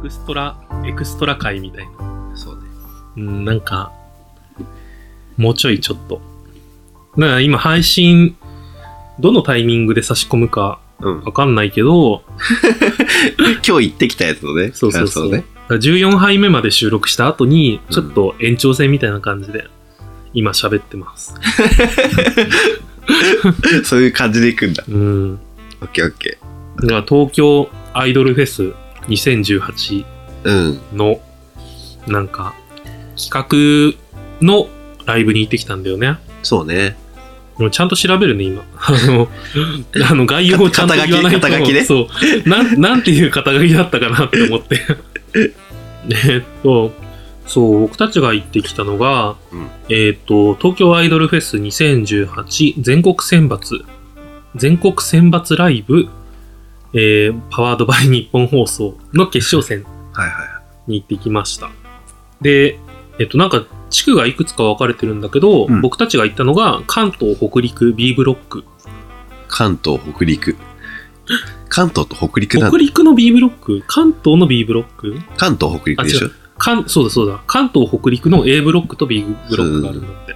クストラ、エクストラ回みたいな。そうね。うん、なんか、もうちょいちょっと。だから今配信、どのタイミングで差し込むかうん。わかんないけど、今日行ってきたやつのね。そうそうそう。感想ね。だから14杯目まで収録した後に、ちょっと延長戦みたいな感じで、今喋ってます。 そういう感じで行くんだ。うん。オッケーオッケー。だから東京アイドルフェス2018うん。の、なんか、企画のライブに行ってきたんだよね。そうね。もうちゃんと調べるね、今。あ の、あの概要をちゃんと言わないと。肩書きねそう。なん、 なんていう肩書きだったかなって思って。 えっと、そう、僕たちが行ってきたのが、うんえっと、東京アイドルフェス2018全国選抜、全国選抜ライブ、えーパワードバイ日本放送の決勝戦はいはに行ってきました。で、えっと、なんか、地区がいくつか分かれてるんだけど、うん僕たちが行ったのが、関東、北陸、B ブロック。い。関東、北陸。関東と北陸なん北だ。陸の B ブロック関東の B ブロック関東、北陸でしょ。関そうだそうだ。関東、北陸の A ブロックと B ブロックがあるんだって。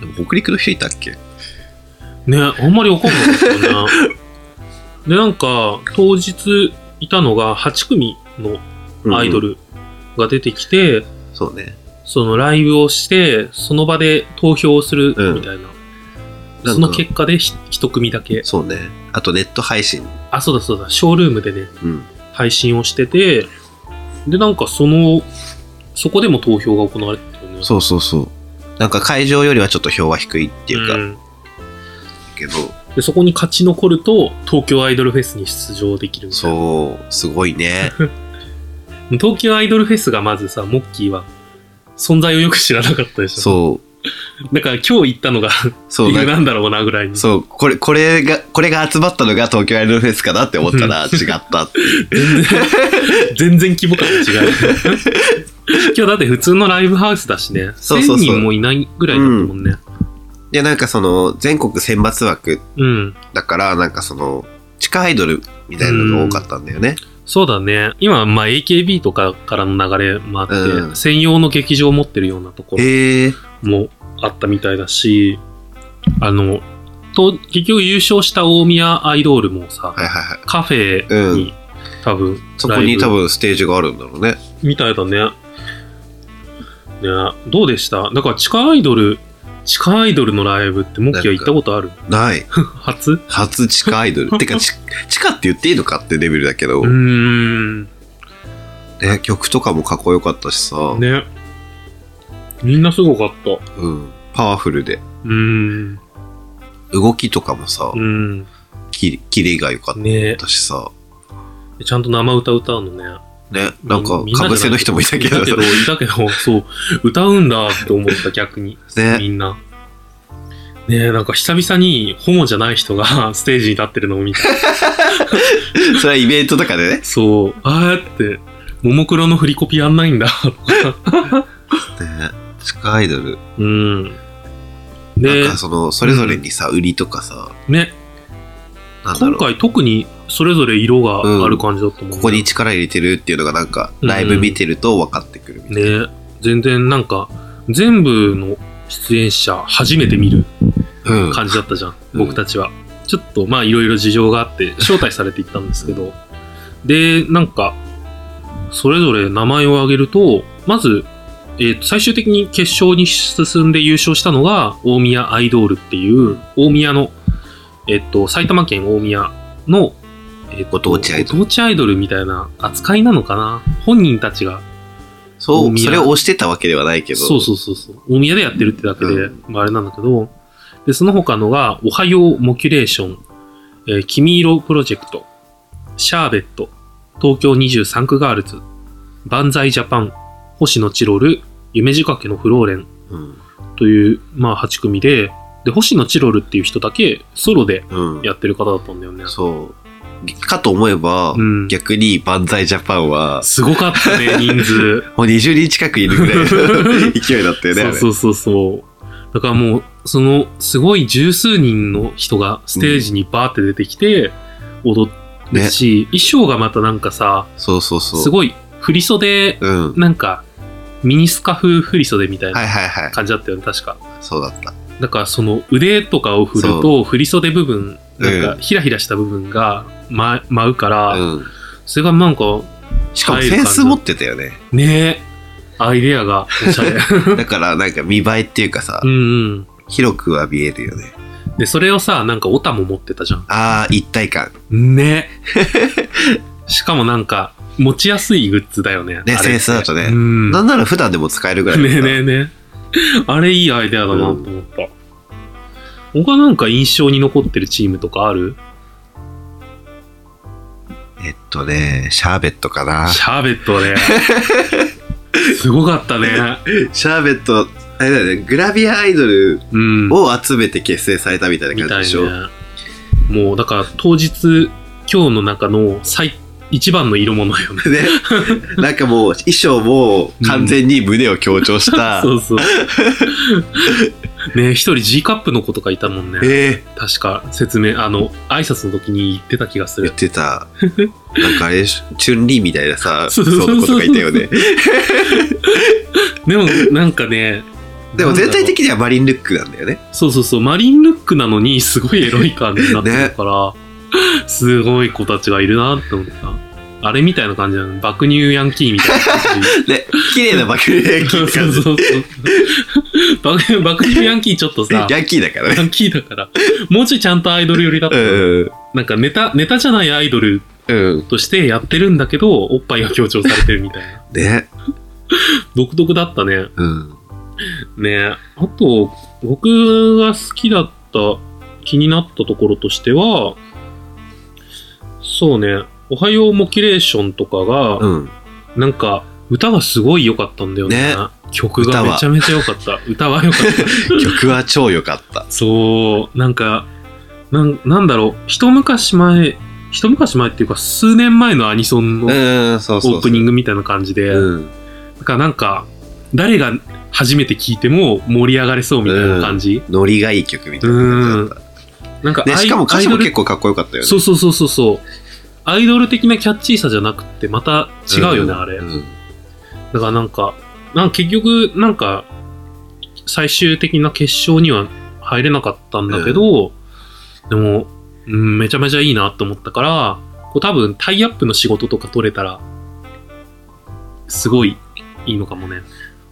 でも北陸の人いたっけね、あんまりわかんなかったな。 で、なんか、当日いたのが8組のアイド。うんルが出てきて、そうね。そのライブをして、その場で投票をするみたいな。うんその結果でひ一組だけ。そうね。あとネット配信。あ、そうだそうだ、ショールームでね、うん。配信をしてて、で、なんかその、そこでも投票が行われてたよね。そうそうそう。なんか会場よりはちょっと票は低いっていうか、んけど、でそこに勝ち残ると東京アイドルフェスに出場できるみたいなそう、すごい ね。東京アイドルフェスがまずさモッキーは存在をよく知らなかったでしょそう、だから今日行ったのがそう、理由 なんなかんだろうなぐらいにそう、これ、これが、これが集まったのが東京アイドルフェスかなって思ったら違ったってい全然う。全然規模感が違う 今日だって普通のライブハウスだしねそうそうそう1000人もいないぐらいだったもんねいや、なんかその、全国選抜枠うん、だから、なんかその、地下アイドルみたいなのが多かったんだよね。そうだね今、まあ、AKB とかからの流れもあって、うん専用の劇場を持ってるようなところへえもあったみたいだし、あの、と、結局優勝した大宮アイドールもさ、はいはいはい。カフェに、多分、そこにライブ多分ステージがあるんだろうね。みたいだね。ねどうでしただから地下アイドル、地下アイドルのライブってモッキーは行ったことあるない。初初地下アイ ドル。てか、ち地下って言っていいのかってレベルだけど、うーん。ね、曲とかもかっこよかったしさ、ね。みんなすごかった。ううん、パワフルで。ーん。動きとかもさう、ん。きキレが良かっねたしさ、ちゃんと生歌歌うのね。ね、なんかみ、かぶせの人もいたけど、いたけど、いたけどそう、歌うんだって思っ た、逆に。みね、んな。ねえ、なんか久々にホモじゃない人が ステージに立ってるのを見 た。それはイベントとかでね。そう、あーって、ももクロの振りコピやんない んだ。ね地下アイドル。うん。なでんか、その、それぞれにさ、売りとかさ、ね、なんだろ今う、こ回特にそれぞれ色がある感じだと思う、こに力入れてるっていうのがなんか、うんライブ見てると分かってくるみたいな。ね全然なんか、全部の出演者初めて見るうん。感じだったじゃん、うん僕たちは。ちょっとまあいろいろ事情があって招待されていったんですけど、で、なんか、それぞれ名前を挙げると、まず、えーと最終的に決勝に進んで優勝したのが、大宮アイドールっていう、大宮の、えっ、と、埼玉県大宮の、えっ、ご当地アイドルご当地アイドルみたいな扱いなのかな本人たちがそ大う、宮それを押してたわけではないけど。そうそうそうそう。大宮でやってるってだけで、うまあ、あれなんだけど、で、その他のが、おはようモキュレーション、えー君色プロジェクト、シャーベット、東京23区ガールズ、万歳ジャパン、星野チロル、夢仕掛けのフローレンうん。という、まあ、8組で、で、星野チロルっていう人だけ、ソロでうん。やってる方だったんだよね。そう。かと思えば、うん。逆に万歳ジャパンは、すごかったね、人数。もう20人近くい るぐらいの勢いだったよね。あれそうそうそうそう。だからもう、その、すごい十数人の人がステージにバーって出てきて、踊ってし、衣装がまたなんかさ、そうそうそう。すごい振り袖、うん。なんか、ミニスカ風振り袖みたいはいなはいはい。感じだったよね、確か。そうだった。だから、その腕とかを振るそと、振り袖部分、なんうか、ひらひらした部分が、ま、舞うかうら、ん。それがなんか、しかも入るセ感ンじス持ってたよね。ねえ、アイデアがおしゃれ。 だからなんか見栄えっていうかさう、んうん。広くは見えるよね。で、それをさ、なんか、オタも持ってたじゃん。ああ、一体感。ね しかもなんか、持ちやすいグッズだよね。ねあれってセンスだとねうん。なねんなら普段でも使えるぐらいだったえねえねえ。あれいいアイデアだなと思った。他なんか印象に残ってるチームとかあるえっとね、シャーベットかな。シャーベッ トね。すごかったね。シャーベット、あれだよね、グラビアアイドルうん。を集めて結成されたみたいなみ感たじいでしょ。ね。もうだから当日、今日の中の最、一番の色物よね。ね、なんかもう衣装も完全に胸を強調し た、そうそう。ねえ一人 G カップの子とかいたもんね。ええ確か説明あの挨拶の時に言ってた気がす言るってたなんかあれでしょチュンリーみたいなさそそうそうそうの子とかいたよねでもなんかね でもな全体んだろ的にはマリンルックなんだよねうそうそうそうマリンルックなのにすごいエロい感じになってるから、すごい子たちがいるなって思ったあれみたいな感じなの爆乳ヤンキーみたいな感じね綺麗な爆乳ヤ ンキーそっうそて感うじそう爆乳爆乳ヤンキーちょっとさ ヤンキーだからねヤンキーだからもうちょいちゃんとアイドル寄りだった、うんなんかネタネタじゃないアイドルうんとしてやってるんだけどおっぱいが強調されてるみたいなね独特だったねうんねあと、僕が好きだった、気になったところとしては、そうね、おはようモキュレーションとかが、うんなんか、歌がすごい良かったんだよね。ね曲がめちゃめちゃ良かった。歌は良か った。曲は超良か ったそう、なんか、なんなんだろう、一昔前、一昔前っていうか、数年前のアニソンのオうんそうそうそうープニングみたいな感じで、うんだからなんか、誰が初めて聞いても盛り上がれそうみたいな感じ。ノリがいい曲みたいな感じだっなんかた、ね、アイしかも歌詞もアイドル結構かっこよかったよねそうそうそうそうそう。アイドル的なキャッチーさじゃなくて、また違うよね、んあれ。うだんからなんか、なんか結局、なんか、最終的な決勝には入れなかったんだけど、でも、うん、めちゃめちゃいいなと思ったから、こう多分タイアップの仕事とか取れたら、すごいいいのかもね。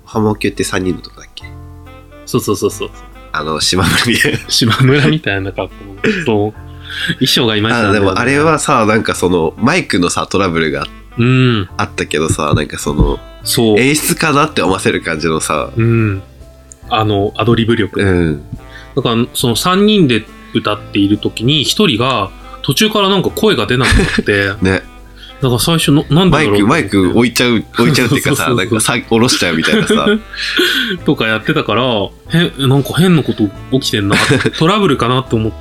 ハモキュって3人のとこだっけそうそうそう そう。あの島村みたいな島村みたいな格好。そう。衣装がいましたあでもあれ、はさなんかそのマイクのさトラブルがうん。あったけどさなんかそのそう。演出家だって思わせる感じのさうん。あの、アドリブ力。うんだから、その3人で歌っている時に、1人が途中からなんか声が出なくな って、だかねら最初の、なんでマだイろクうマイク置いちゃ う置いちゃうっていうかそさうそなうんそうかさ下ろしちゃうみたいなさとかやってたから、へ、なんか変なこと起きて んな、トラブルかなと思っ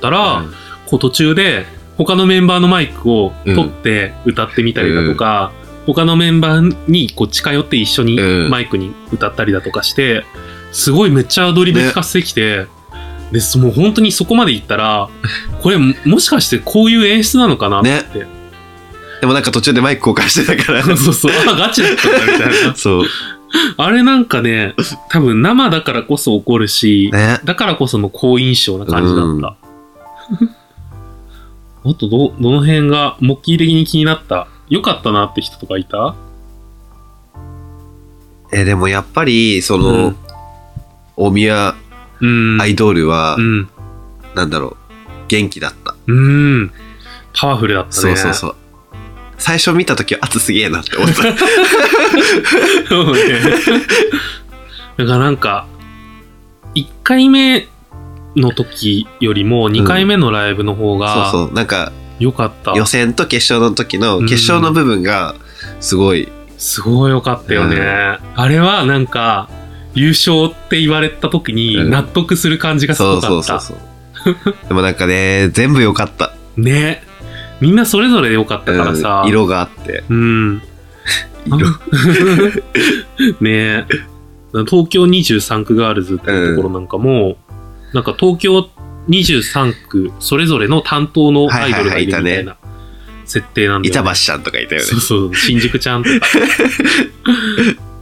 たら、うんこう途中で、他のメンバーのマイクを取って歌ってみたりだとか、他のメンバーにこう近寄って一緒にうんマイクに歌ったりだとかして、すごいめっちゃアドリブ聞かせてきて、で、そもう本当にそこまで行ったら、これももしかしてこういう演出なのかなって。ねでもなんか途中でマイク交換してたから そうそう、あ、ガチだったんだみた いな。そうあれなんかね、多分生だからこそ起こるし、ねだからこその好印象な感じだった。あとど、どの辺が、モッキー的に気になった、良かったなって人とかいたえでもやっぱりそうのん大宮うん。アイドルはうん。なんだろう元気だったうん。パワフルだったね。そうそうそう最初見た時は圧すげえなって思った そうね。 だからなんか、1回目の時よりも2回目のライブの方そがうそうなんか良かった。予選と決勝の時のうん決勝の部分がすごいすごい良かったよね。うんあれはなんか、優勝って言われた時うにん納得する感じがすそごうかそっうそうた。そう でもなんかね全部良かったね。みんなそれぞれ良かったからさ。うん色があってうん。色 ねえ。東京23区ガールズっていうところなんかも、なんか東京23区それぞれの担当のアイドルがいるみたいな。はいはいはいいた設定なんだよ、ね。板橋ちゃんとかいたよねそう。そう、新宿ちゃん とか。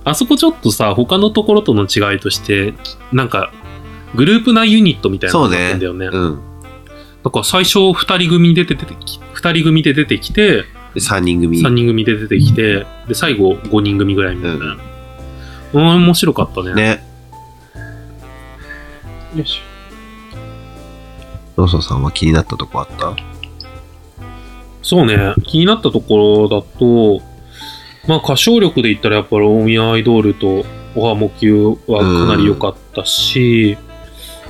あそこちょっとさ、他のところとの違いとして、なんか、グループ内ユニットみたいなのがあるんだよね。うん。だから最初二人組で出てき、二人組で出てきて、で、3人組。三人組で出てきて、で、最後五人組ぐらいみたいな。うん、面白かったね。ね。よいしローソンさんは気になったとこあったょそうね、気になったところだと、まあ歌唱力で言ったらやっぱり大宮アイドールとオハモキューはかなり良かったし、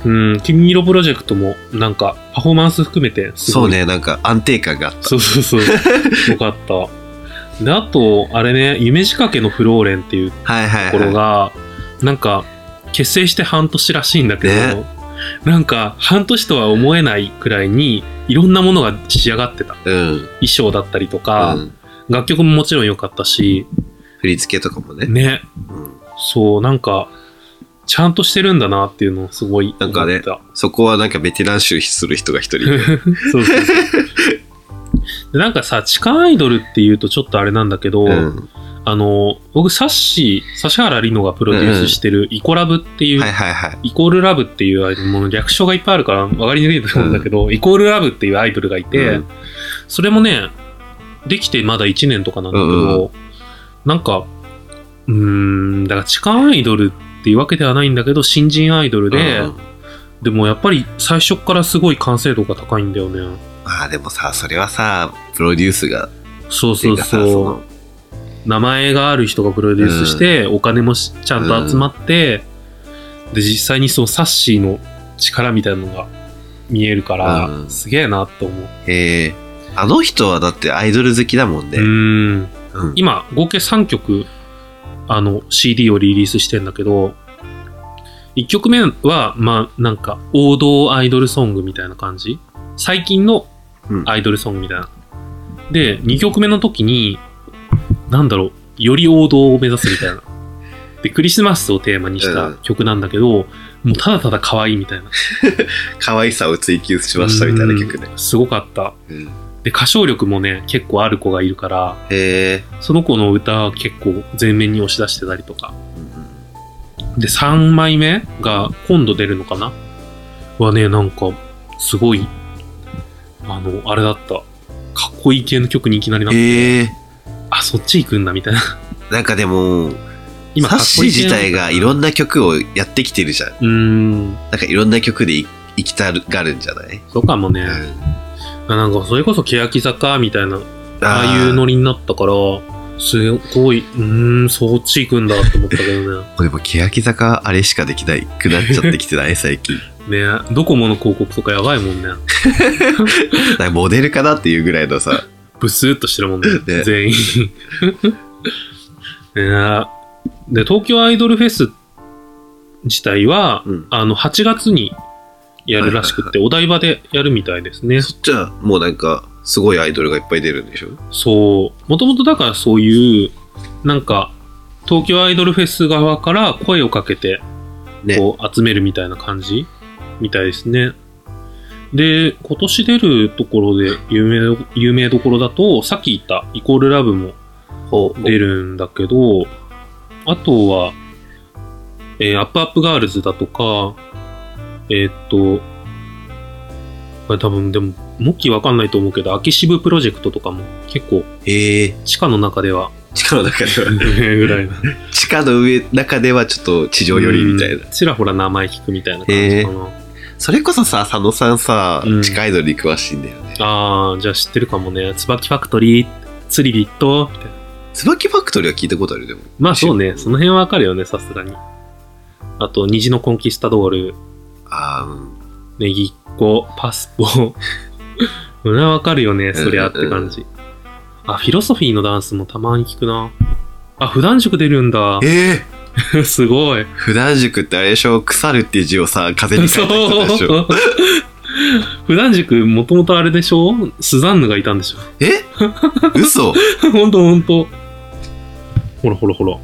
うん、君色プロジェクトもなんかパフォーマンス含めてすごいそうね、なんか安定感があった。そうそう そう。よかった。で、あと、あれね、夢仕掛けのフローレンっていうとはいはいころはが、なんか、結成して半年らしいんだけど、ねなんか、半年とは思えないくらいに、いろんなものが仕上がってた。い。うん。衣装だったりとか、うん。楽曲ももちろん良かったし、振り付けとかもね。ね、うんそう、なんか、ちゃんとしてるんだなっていうのをすごい思った。なんかそこはなんかベテラン集する人が一人い る。そうそうそう。でなんかさ、地下アイドルっていうとちょっとあれなんだけど、うん。あの、僕、サッシー、指原莉乃がプロデュースしてるイコラブっていう、はいはいはい。イコールラブっていうアイドル、もう略称がいっぱいあるから分かりにくいと思うんだけど、イコールラブっていうアイドルがいて、うんそれもね、できてまだ1年とかなんだけど、うんなんか、うーん、だから地下アイドルっていうわけではないんだけど、新人アイドルで、うんでもやっぱり最初っからすごい完成度が高いんだよね。まあでもさ、それはさ、プロデュースが、そうってそいうかさそう。名前がある人がプロデュースして、お金もしちゃんと集まって、で実際にそのサッシーの力みたいなのが見えるから、うんすげえなと思う、そのえーあの人はだってアイドル好きだもんね。うーんうん今合計3曲あの CD をリリースしてんだけど1曲目はまあなんか王道アイドルソングみたいな感じ最近のうんアイドルソングみたいな、で2曲目の時になんだろうより王道を目指すみたいなでクリスマスをテーマにしうたん曲なんだけど、もうただただ可愛いみたいな可愛さを追求しましたみたいな曲ね。うんすごかったうんで歌唱力もね結構ある子がいるからへえ。その子の歌結構前面に押し出してたりとか。で、3枚目が今度出るのかなはね、なんか、すごい、あの、あれだった。かっこいい系の曲にいきなりなって、へえ。あ、そっち行くんだみたいな。なんかでも、今、サかっッシこーいい系自体がいろな。んな曲をやってきてるじゃん。うーん、なんかいろんな曲でい生きたがるんじゃないそうかもね。あなんか、それこそ、欅坂みたいな、ああいうーノリになったから、すごい、うーん、そっち行くんだって思ったけどね。でも欅坂あれしかできないくなっちゃってきてない 最近ねドコモの広告とかやばいもんね。なんかモデルかなっていうぐらいのさブスーっとしてるもんね、 ね全員。 ねえで、東京アイドルフェス自体は、うんあの、8月にやるらしくて、お台場でやるみたいですね。そっちはもうなんかすごいアイドルがいっぱい出るんでしょそう。もともとだからそういう、なんか、東京アイドルフェス側から声をかけて、ねこう集めるみたいな感じみたいですね。で、今年出るところで有名、有名どころだと、さっき言ったイコールラブも出るんだけど、あとは、えーアップアップガールズだとか、えーっと、これ多分でも、モッキーわかんないと思うけど、アキシブプロジェクトとかも結構、へえ地下の中では、地下の中ではぐらいな。地下の上中ではちょっと地上寄りみたいなうんちらほら名前聞くみたいな感じかな。それこそさ佐野さんさ、うん地下アイドルに詳しいんだよねああ、じゃあ知ってるかもね。椿ファクトリー、釣りビット、みたいな。椿ファクトリーは聞いたことあるでもまあそうね、その辺はわかるよね、さすがに。あと、虹のコンキスタドール、ああうんネギっ子、パスポ。 それはわかるよね、そりゃって感じ。あ、フィロソフィーのダンスもたまに聞くな。あ、普段塾出るんだ。え えすごい。普段塾ってあれでしょ腐るっていう字をさ風にそ書いた人でしょう。普段塾、もともとあれでしょスザンヌがいたんでしょ え嘘ほんとほんと。ほらほらほら。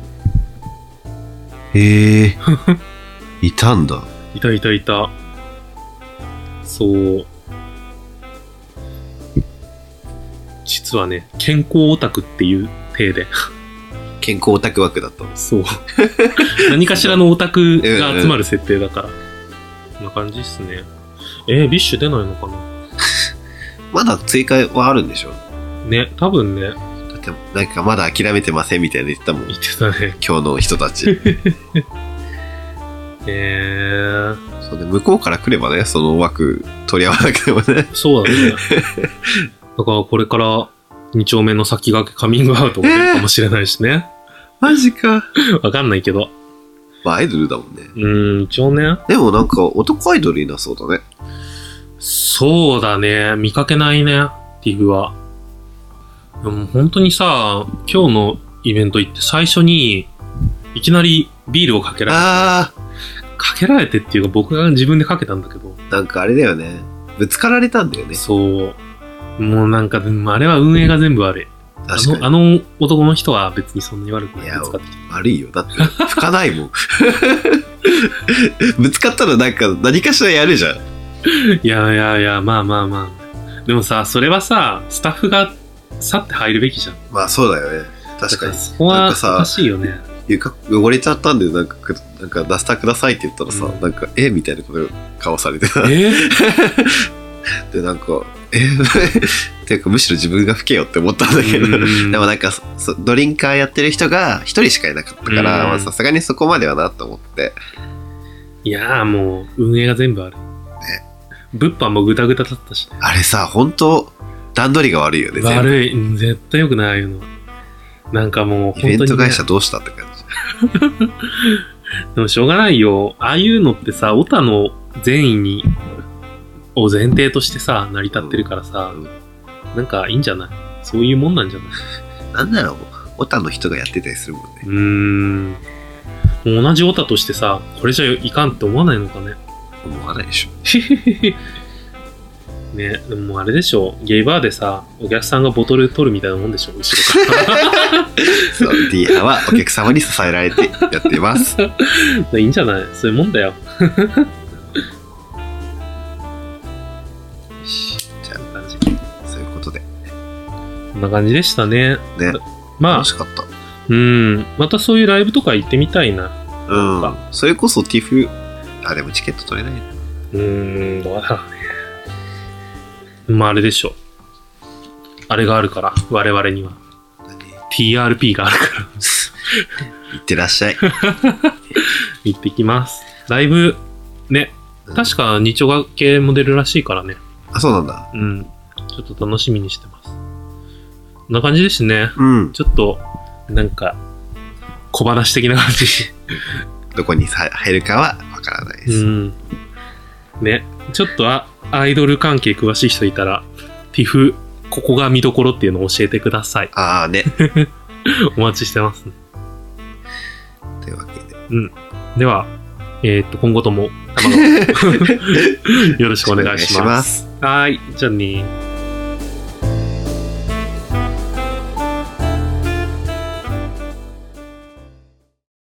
へ えいたんだいたいたいた。そう。実はね、健康オタクっていう体で、健康オタク枠だったんです。そう。何かしらのオタクが集まる設定だから。こんな感じっすね。えー、ビッシュ出ないのかなまだ追加はあるんでしょだね、多分ね、って、なんかまだ諦めてませんみたいな言ってたもん。言ってたね。今日の人た ち。えー、そうね、向こうから来ればね、その枠取り合わなくてもね。そうだ ね。だからこれから2丁目の先駆けカミングアウトが出るかもしれないしね。マジか。わかんないけど。まあ、アイドルだもんね。うーん、一応ね。でもなんか男アイドルいなそうだね。そうだね。見かけないね。ティグは。でも本当にさ、今日のイベント行って最初に、いきなりビールをかけらあれて、かけられてっていうか僕が自分でかけたんだけど、ー、なんかあれだよね。ぶつかられたんだよね。そう。もうなんか、でもあれは運営が全部悪い。あ確の、かあの男の人は別にそんなに悪くないい。やぶつかってきてに。悪いよ。だって、吹かないもん。 ぶつかったらなんか何かしらやるじゃん。いやいやいや、まあまあまあ。でもさ、それはさ、スタッフが去って入るべきじゃん。まあそうだよね。確かだらに。そこなはんかさおかしいよね。床汚れちゃったんで、なんかく、なんか、ダスターくださいって言ったらさ、うんなんか、えみたいなこと顔されてえた。で、なんか、え っていうか、むしろ自分が吹けよって思ったんだけど。うんでもなんかそそドリンカーやってる人が一人しかいなかったかうんらまあさすがにそこまではなと思っていやーもう、運営が全部悪い。物販もぐたぐただったしね。あれさ本当段取りが悪いよね全部悪い。うん絶対良くない、ああいうのは。なんかもう、本当に、イベンね。ト会社どうしたって感じでもしょうがないよ。ああいうのってさ、オタの善意に、を前提としてさ、成り立ってるからさ、うんなんかいいんじゃないそういうもんなんじゃないなんならオタの人がやってたりするもんねうーん。もう同じオタとしてさ、これじゃいかんって思わないのか ね。思わないでしょね、でももうあれでしょ。ゲイバーでさ、お客さんがボトル取るみたいなもんでしょ、後ろから。そう D 派はお客様に支えられてやっています いいんじゃないそういうもんだよ。じゃこんな感じあそういうことでこんな感じでしたね。ねまあ楽、しかったうん。またそういうライブとか行ってみたいな。うなんんそれこそ TIFF あでもチケット取れないねうーん、どうだろうね。まああれでしょ。あれがあるから、我々には。TRP があるから。いってら っしゃい行ってきます。ライブ、ね。確か、二丁掛けも出るらしいからね。あそうなんだうん。ちょっと楽しみにしてます。こんな感じですね。うんちょっと、なんか、小話的な感じ。どこにさ入るかはわからないです、うん。ね。ちょっとあ、アイドル関係詳しい人いたら、ティフ、ここが見どころっていうのを教えてください。ああねお待ちしてます、というわけで。では、えーっと、 今後とも、玉川よろしくお願いします。す。はーい。じゃあねー。